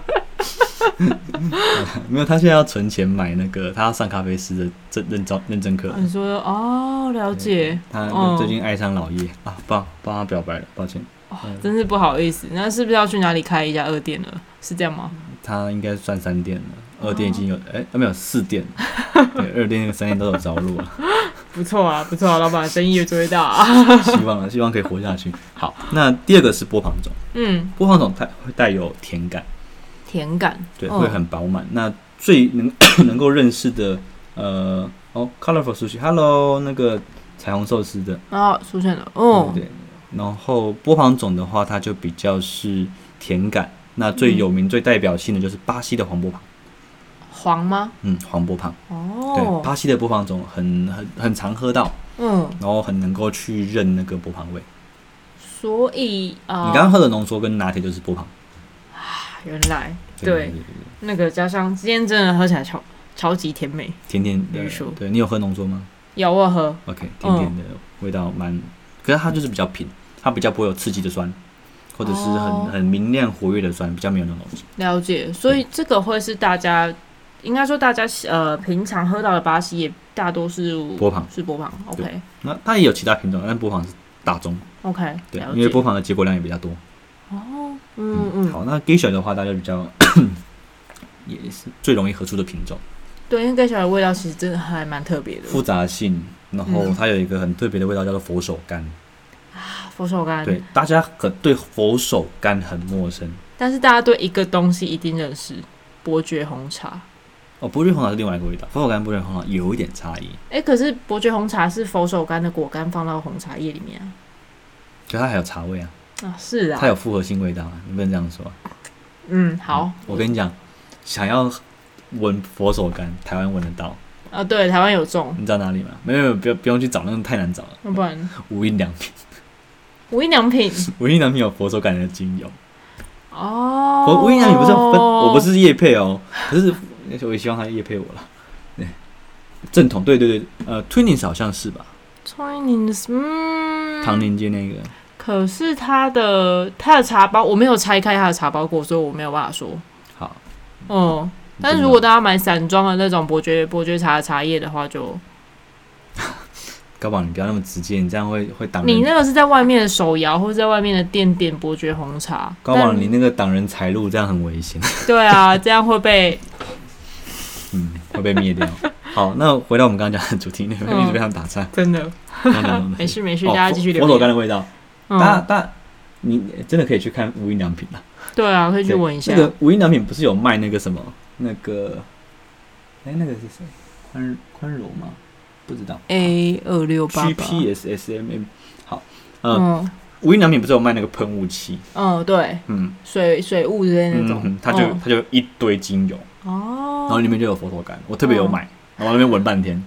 Speaker 2: 没有，他现在要存钱买那个，他要上咖啡师的证认照认证课。
Speaker 1: 你说哦，了解，
Speaker 2: 他
Speaker 1: 哦
Speaker 2: 最近爱上老叶、啊，帮帮他表白了，抱歉，
Speaker 1: 哦
Speaker 2: 嗯，
Speaker 1: 真是不好意思。那是不是要去哪里开一家二店了？是这样吗？
Speaker 2: 他应该算三店了，二店已经有，哎、啊没有四店， 对，二店跟三店都有着落了，
Speaker 1: 不错啊，不错啊，老板生意越做越大啊。
Speaker 2: 希望了，希望可以活下去。好，那第二个是波旁种，
Speaker 1: 嗯，
Speaker 2: 波旁种它会带有甜感，
Speaker 1: 甜感，
Speaker 2: 对，
Speaker 1: 哦
Speaker 2: 会很饱满。那最能 能够认识的，呃，哦，colorful sushi，hello，那个彩虹寿司的，
Speaker 1: 哦，出现了，哦，
Speaker 2: 嗯对。然后波旁种的话，它就比较是甜感。那最有名、最代表性的就是巴西的黄波旁，
Speaker 1: 黄吗？
Speaker 2: 嗯，黄波旁，对，
Speaker 1: 哦，
Speaker 2: 巴西的波旁种很很很常喝到，
Speaker 1: 嗯，
Speaker 2: 然后很能够去认那个波旁味。
Speaker 1: 所以啊，
Speaker 2: 你刚刚喝的浓缩跟拿铁就是波旁，
Speaker 1: 原来对
Speaker 2: 对对，
Speaker 1: 那个加上今天真的喝起来超超级甜美，
Speaker 2: 甜甜
Speaker 1: 绿
Speaker 2: 的
Speaker 1: 树，
Speaker 2: 对你有喝浓缩吗？
Speaker 1: 有我有喝，
Speaker 2: OK，甜甜的味道蛮，可是它就是比较平，它比较不会有刺激的酸，或者是很、
Speaker 1: 哦
Speaker 2: 很明亮活跃的酸，比较没有那种东西。
Speaker 1: 了解，所以这个会是大家，应该说大家呃平常喝到的巴西也大多是
Speaker 2: 波旁
Speaker 1: 是波旁，OK
Speaker 2: 那它也有其他品种，但波旁是大宗，
Speaker 1: OK，
Speaker 2: 对
Speaker 1: 了，解
Speaker 2: 因为波旁的结果量也比较多。
Speaker 1: 哦，嗯嗯，
Speaker 2: 好，那 Geisha 的话，大家比较 也是最容易喝出的品种，
Speaker 1: 对，因为盖小的味道其实真的还蛮特别的，
Speaker 2: 复杂性，然后
Speaker 1: 嗯
Speaker 2: 它有一个很特别的味道，叫做佛手柑。
Speaker 1: 佛手柑，
Speaker 2: 对，大家可对佛手柑很陌生
Speaker 1: 但是大家对一个东西一定认识，伯爵红茶，
Speaker 2: 哦，伯爵红茶是另外一个味道，佛手柑、伯爵红茶有一点差异，
Speaker 1: 哎、可是伯爵红茶是佛手柑的果干放到红茶叶里面啊，
Speaker 2: 可它还有茶味啊，
Speaker 1: 啊是啊
Speaker 2: 它，有复合性味道啊，你不能这样说啊。
Speaker 1: 嗯，好
Speaker 2: 我跟你讲，想要闻佛手柑，台湾闻得到，
Speaker 1: 啊，对，台湾有种，
Speaker 2: 你知道哪里吗？没有没有，不要不用去找，那个太难找了。
Speaker 1: 要不然
Speaker 2: 无印良品，
Speaker 1: 无印良品
Speaker 2: 无印良品有佛手柑的精油，
Speaker 1: 哦，
Speaker 2: 我无印良品不是有分，我不是叶配 哦，可是我也希望他叶配我了。对，正统，对对对，呃，Twinings 好像是吧？
Speaker 1: Twinings，嗯，
Speaker 2: 唐宁街那个，
Speaker 1: 可是它的它的茶包我没有拆开它的茶包过，所以我没有办法说，
Speaker 2: 好，
Speaker 1: 嗯。但是如果大家买散装的那种伯爵伯爵茶的茶叶的话就，
Speaker 2: 高宝，你不要那么直接，你这样会会挡
Speaker 1: 你
Speaker 2: 人。
Speaker 1: 那个是在外面的手摇或者在外面的店点伯爵红茶，
Speaker 2: 高宝，
Speaker 1: 但
Speaker 2: 你那个挡人财路，这样很危险，
Speaker 1: 对啊，这样会被
Speaker 2: 嗯，会被灭掉。好，那回到我们刚刚讲的主题，你们一直被他们打岔，
Speaker 1: 真的
Speaker 2: 刚刚讲的
Speaker 1: 嗯没事没事，
Speaker 2: 哦
Speaker 1: 大家继续
Speaker 2: 佛
Speaker 1: 留
Speaker 2: 手柑
Speaker 1: 言。
Speaker 2: 的味道，
Speaker 1: 嗯
Speaker 2: 大家大家，你真的可以去看无印良品啊。
Speaker 1: 对啊，可以去
Speaker 2: 对
Speaker 1: 闻一下
Speaker 2: 那。个无印良品不是有卖那个什么那个，哎、那个是谁？宽宽容吗？不知道。
Speaker 1: A 二六八
Speaker 2: G
Speaker 1: 八，
Speaker 2: P 啊 S S M M。好，嗯，
Speaker 1: 嗯
Speaker 2: 无印良品不是有卖那个喷雾器？
Speaker 1: 嗯，对，
Speaker 2: 嗯，
Speaker 1: 水水雾之类的那
Speaker 2: 嗯
Speaker 1: 种，
Speaker 2: 嗯，它就它就一堆精油，
Speaker 1: 嗯哦，
Speaker 2: 然后里面就有佛手柑，我特别有买，然后那边闻半 天。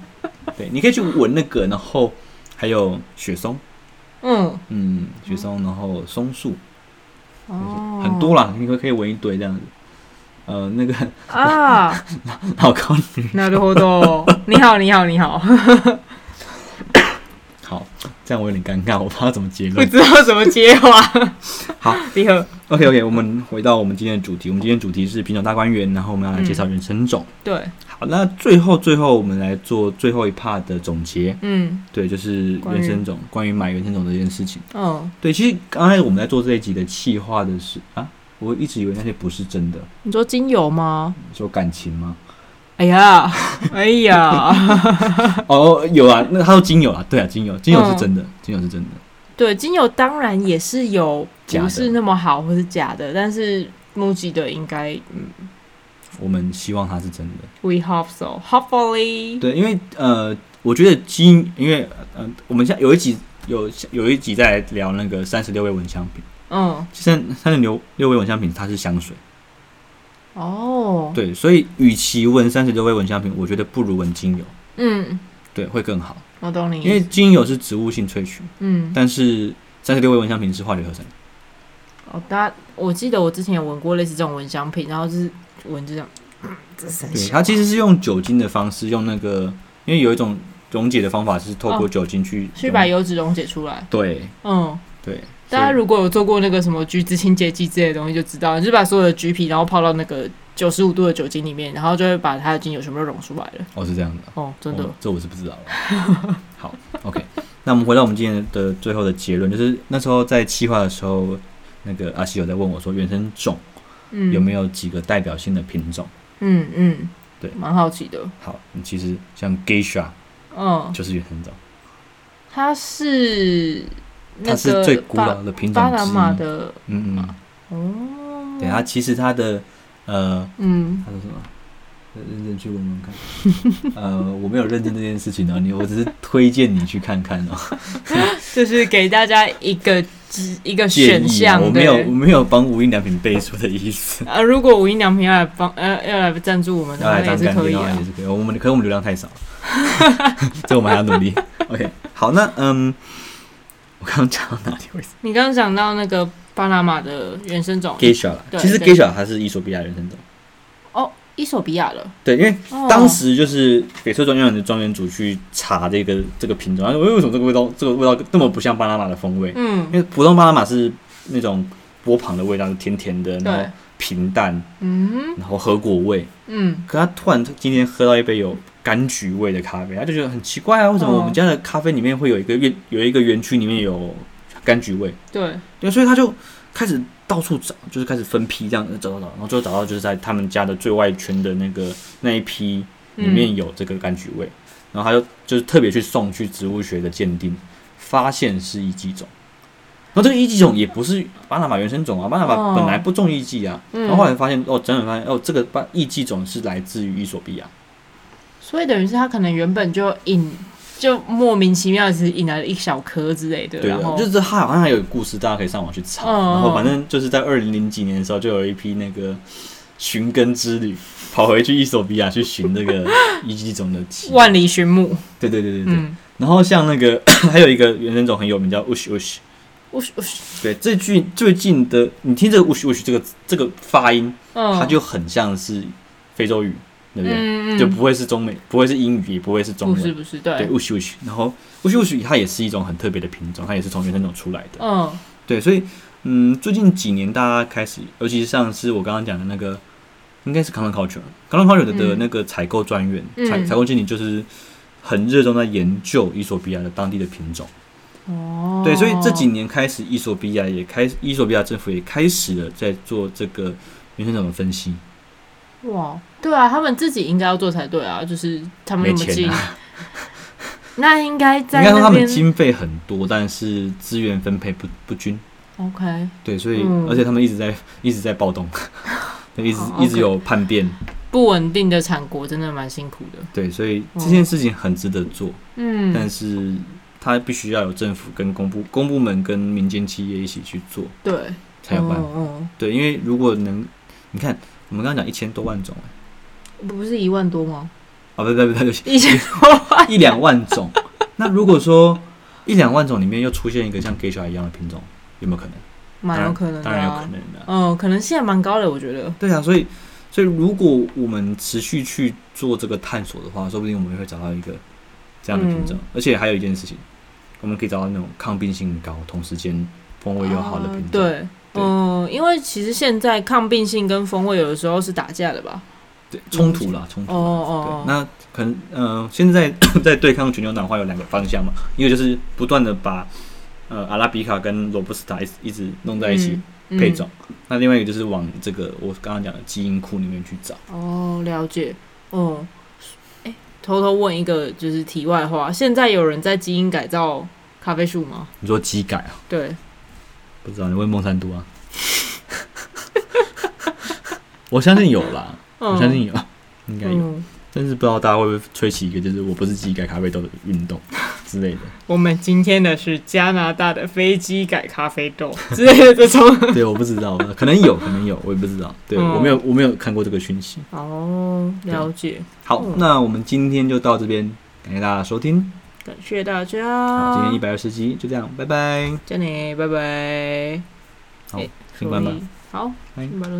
Speaker 2: 对，你可以去闻那个，然后还有雪松，
Speaker 1: 嗯
Speaker 2: 嗯，雪松，然后松树，
Speaker 1: 哦，
Speaker 2: 很多啦，你可以可以闻一堆这样子。呃，那个
Speaker 1: 啊，
Speaker 2: 老高
Speaker 1: なるほ ど。你好，你好，你好，
Speaker 2: 好，这样我有点尴尬，我不知道怎么结
Speaker 1: 不
Speaker 2: 论。
Speaker 1: 知道怎么接话。
Speaker 2: 好，
Speaker 1: 你好，
Speaker 2: OK OK，我们回到我们今天的主题，我们今天的主题是品种大观园，然后我们要来介绍原生种。
Speaker 1: 对，
Speaker 2: 好，那最后最后我们来做最后一 part 的总结，
Speaker 1: 嗯
Speaker 2: 对，就是
Speaker 1: 关于
Speaker 2: 原生种，关于买原生种这件事情。
Speaker 1: 嗯，
Speaker 2: 对，其实刚才我们在做这一集的企划的是啊，我一直以为那些不是真的，
Speaker 1: 你说精油吗？
Speaker 2: 说感情吗？
Speaker 1: 哎呀，哎呀，
Speaker 2: 哦，有啊，那他说精油啊，对啊，精油，精油是真的，精油是真的。
Speaker 1: 对，精油当然也是有
Speaker 2: 假的
Speaker 1: 不是那么好或是假的，但是木吉的应该嗯
Speaker 2: 我们希望它是真的。
Speaker 1: we hope so, hopefully。
Speaker 2: 对，因为呃，我觉得精，因为呃，我们现在有一集有有一集在聊那个三十六味蚊香品，
Speaker 1: 嗯，
Speaker 2: 其实三十六六味蚊香品它是香水，
Speaker 1: 哦，
Speaker 2: 对，所以与其闻三十六味蚊香品，我觉得不如闻精油，
Speaker 1: 嗯，
Speaker 2: 对，会更好，
Speaker 1: 我懂你
Speaker 2: 因
Speaker 1: 意
Speaker 2: 为
Speaker 1: 思，
Speaker 2: 精油是植物性萃取，
Speaker 1: 嗯，
Speaker 2: 但是三十六味蚊香品是化学合成，
Speaker 1: 哦，大家，我记得我之前有闻过类似这种蚊香品，然后就是闻就这样，嗯这三
Speaker 2: 对，它其实是用酒精的方式，用那个，因为有一种溶解的方法是透过
Speaker 1: 哦
Speaker 2: 酒精去
Speaker 1: 去
Speaker 2: 溶
Speaker 1: 把油脂溶解出来，
Speaker 2: 对
Speaker 1: 嗯。
Speaker 2: 对，
Speaker 1: 大家
Speaker 2: 所以
Speaker 1: 如果有做过那个什么橘子清洁剂之类的东西，就知道，你就把所有的橘皮，然后泡到那个九十五度的酒精里面，然后就会把它的精油全部都溶出来了。
Speaker 2: 哦是这样的。
Speaker 1: 哦，真的
Speaker 2: 哦，这我是不知道的。好，OK，那我们回到我们今天的最后的结论，就是那时候在企划的时候，那个阿西有在问我说，原生种
Speaker 1: 嗯，
Speaker 2: 有没
Speaker 1: 有？
Speaker 2: 有几个代表性的品种？
Speaker 1: 嗯嗯，
Speaker 2: 对
Speaker 1: 蛮好奇的。
Speaker 2: 好，其实像 Geisha
Speaker 1: 嗯，
Speaker 2: 就是原生种，
Speaker 1: 它是那
Speaker 2: 它
Speaker 1: 个
Speaker 2: 是最古
Speaker 1: 巴
Speaker 2: 老的品种
Speaker 1: 巴
Speaker 2: 之
Speaker 1: 拿
Speaker 2: 一。
Speaker 1: 马的
Speaker 2: 嗯嗯，
Speaker 1: 哦，
Speaker 2: 对，它其实它的呃，
Speaker 1: 嗯，
Speaker 2: 它说什么？认真去闻闻看。 呃，我没有认真这件事情哦，你我只是推荐你去看看哦。
Speaker 1: 就是给大家一个一个
Speaker 2: 建
Speaker 1: 选
Speaker 2: 议啊，
Speaker 1: 项，
Speaker 2: 我没有
Speaker 1: 对
Speaker 2: 我没有帮无印良品背书的意 思。
Speaker 1: 呃，如果无印良品要来帮呃要来赞助我们的
Speaker 2: 要
Speaker 1: 话，
Speaker 2: 来
Speaker 1: 那也
Speaker 2: 哎当
Speaker 1: 是
Speaker 2: 干
Speaker 1: 可
Speaker 2: 爹
Speaker 1: 以
Speaker 2: 的话
Speaker 1: 啊
Speaker 2: 也。是可以。我们可是我们流量太少， 这我们还要努 力。OK，好，那嗯，我刚刚讲到哪里为止
Speaker 1: 你刚刚讲到那个巴拿马的原生种
Speaker 2: ？Geisha 啦，
Speaker 1: 对
Speaker 2: 其实
Speaker 1: 对
Speaker 2: Geisha 它是伊索比亚原生种。
Speaker 1: 哦，伊索比亚了。
Speaker 2: 对，因为
Speaker 1: 哦
Speaker 2: 当时就是翡翠庄园的庄园主去查这个这个品种，他说哎为什么这个味道这个味道那么不像巴拿马的风味？因
Speaker 1: 嗯，
Speaker 2: 为普通巴拿马是那种波旁的味道，甜甜的，然
Speaker 1: 对
Speaker 2: 后，平淡，
Speaker 1: 嗯
Speaker 2: 然后核果味。
Speaker 1: 嗯，
Speaker 2: 可他突然今天喝到一杯有柑橘味的咖啡，他就觉得很奇怪啊，为什么我们家的咖啡里面会有一个园有一个园区里面有柑橘味？
Speaker 1: 对，
Speaker 2: 对，所以他就开始到处找，就是开始分批这样找找找，然后最后找到就是在他们家的最外圈的那个那一批里
Speaker 1: 嗯
Speaker 2: 面有这个柑橘味，然后他就就是特别去送去植物学的鉴定，发现是一季种。后这个一级种也不是巴拿马原生种啊，巴拿
Speaker 1: 哦
Speaker 2: 马本来不种一季啊，
Speaker 1: 嗯
Speaker 2: 然后后来发现哦，整整发现哦，这个巴一季种是来自于伊索比亚，
Speaker 1: 所以等于是它可能原本就引，就莫名其妙只引来了一小颗之类的，
Speaker 2: 对
Speaker 1: 然
Speaker 2: 的，
Speaker 1: 后
Speaker 2: 就是它好像还有一个故事，大家可以上网去查。
Speaker 1: 嗯
Speaker 2: 然后反正就是在二零零几年的时候，就有一批那个寻根之旅，跑回去伊索比亚去寻 这个一季种的奇。
Speaker 1: 万里寻母，
Speaker 2: 对对对对对。
Speaker 1: 嗯，
Speaker 2: 然后像那个 还有一个原生种很有名叫 ush ush，
Speaker 1: 我我是
Speaker 2: 对，这句最近的你听这个 ush ush 这个这个发音，
Speaker 1: 嗯，
Speaker 2: 它就很像是非洲语，对不对？
Speaker 1: 嗯嗯
Speaker 2: 就不会是中美，不会是英语，也不会是中
Speaker 1: 不
Speaker 2: 文。
Speaker 1: 是不是
Speaker 2: 对
Speaker 1: 对，
Speaker 2: ，ush ush，然后 ush ush 它也是一种很特别的品种，它也是从原生种出来的。
Speaker 1: 嗯
Speaker 2: 对，所以嗯，最近几年大家开始，尤其是像是我刚刚讲的那个，应该是 Common Culture，Common Culture 的
Speaker 1: 嗯
Speaker 2: 的那个采购专员、
Speaker 1: 嗯
Speaker 2: 采采购经理，就是很热衷在研究伊索比亚的当地的品种。
Speaker 1: 哦，
Speaker 2: 对，所以这几年开始，伊索比亚也开，伊索比亚政府也开始了在做这个原生种的分析。
Speaker 1: 哇，对啊，他们自己应该要做才对啊，就是他们那么
Speaker 2: 没
Speaker 1: 近
Speaker 2: 钱，啊
Speaker 1: 那应该
Speaker 2: 应
Speaker 1: 在
Speaker 2: 该说
Speaker 1: 那
Speaker 2: 他们
Speaker 1: 边
Speaker 2: 经费很多，但是资源分配不不均。
Speaker 1: OK，
Speaker 2: 对，所以、
Speaker 1: 嗯
Speaker 2: 而且他们一直在一直在 暴动，对，一直
Speaker 1: 好
Speaker 2: 一直
Speaker 1: OK
Speaker 2: 有叛变。
Speaker 1: 不稳定的产国真的蛮辛苦的，
Speaker 2: 对，所以这件事情很值得做，但
Speaker 1: 嗯，
Speaker 2: 是它必须要有政府跟公部公部门跟民间企业一起去做
Speaker 1: 对，
Speaker 2: 才有办法。
Speaker 1: 嗯
Speaker 2: 对，因为如果能，你看我们刚刚讲一千多万种，啊，
Speaker 1: 嗯，不是一万多 吗？
Speaker 2: 不不不 不，
Speaker 1: 一千多万，
Speaker 2: 一两万种。那如果说一两万种里面又出现一个像 g e i s h a 一样的品种，有没有可能？
Speaker 1: 蛮有可能的、
Speaker 2: 当然有可
Speaker 1: 啊，
Speaker 2: 能的啊、
Speaker 1: 嗯，可能性还蛮高的，我觉得，
Speaker 2: 对啊，所以所以如果我们持续去做这个探索的话，说不定我们会找到一个这样的品种。
Speaker 1: 嗯
Speaker 2: 而且还有一件事情，我们可以找到那种抗病性高，同时间风味又好的品
Speaker 1: 啊
Speaker 2: 种。
Speaker 1: 对，嗯，因为其实现在抗病性跟风味有的时候是打架的吧？
Speaker 2: 对，冲突啦，冲突
Speaker 1: 哦
Speaker 2: 啦。
Speaker 1: 哦
Speaker 2: 嗯对，，那可能呃，现在 在对抗全球暖化有两个方向嘛，一个就是不断的把呃阿拉比卡跟罗布斯塔一直一直弄在一起
Speaker 1: 嗯
Speaker 2: 配种，那另外一个就是往这个我刚刚讲的基因库里面去找。
Speaker 1: 哦，了解。哦，哎、偷偷问一个就是题外话，现在有人在基因改造咖啡树吗？
Speaker 2: 你说基改啊？
Speaker 1: 对，
Speaker 2: 不知道，你问孟山都 啊？我相信有啦，
Speaker 1: 嗯、
Speaker 2: 我相信有， 应该有，
Speaker 1: 嗯，
Speaker 2: 但是不知道大家会不会吹起一个就是我不是基改咖啡豆的运动之类的。
Speaker 1: 我们今天的是加拿大的飞机改咖啡 豆之类的这 种。
Speaker 2: 对，我不知道，可能有，可能有，我也不知道。对、
Speaker 1: 嗯
Speaker 2: 我没有，我没有看过这个讯息。
Speaker 1: 哦，了解，
Speaker 2: 好，
Speaker 1: 嗯
Speaker 2: 那我们今天就到这边，感谢大家收听。
Speaker 1: 感谢大
Speaker 2: 好，今
Speaker 1: 家
Speaker 2: 天一。百二十集就这样，拜拜。
Speaker 1: 叫你，拜拜。
Speaker 2: 好
Speaker 1: 诶，
Speaker 2: 先关吧哎
Speaker 1: 注意。好，
Speaker 2: 拜
Speaker 1: 先把它